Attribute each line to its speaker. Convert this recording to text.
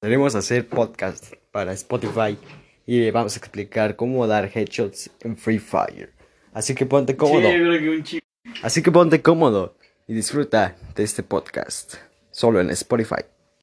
Speaker 1: Queremos hacer podcast para Spotify y le vamos a explicar cómo dar headshots en Free Fire. Así que ponte cómodo. Así que ponte cómodo y disfruta de este podcast solo en Spotify.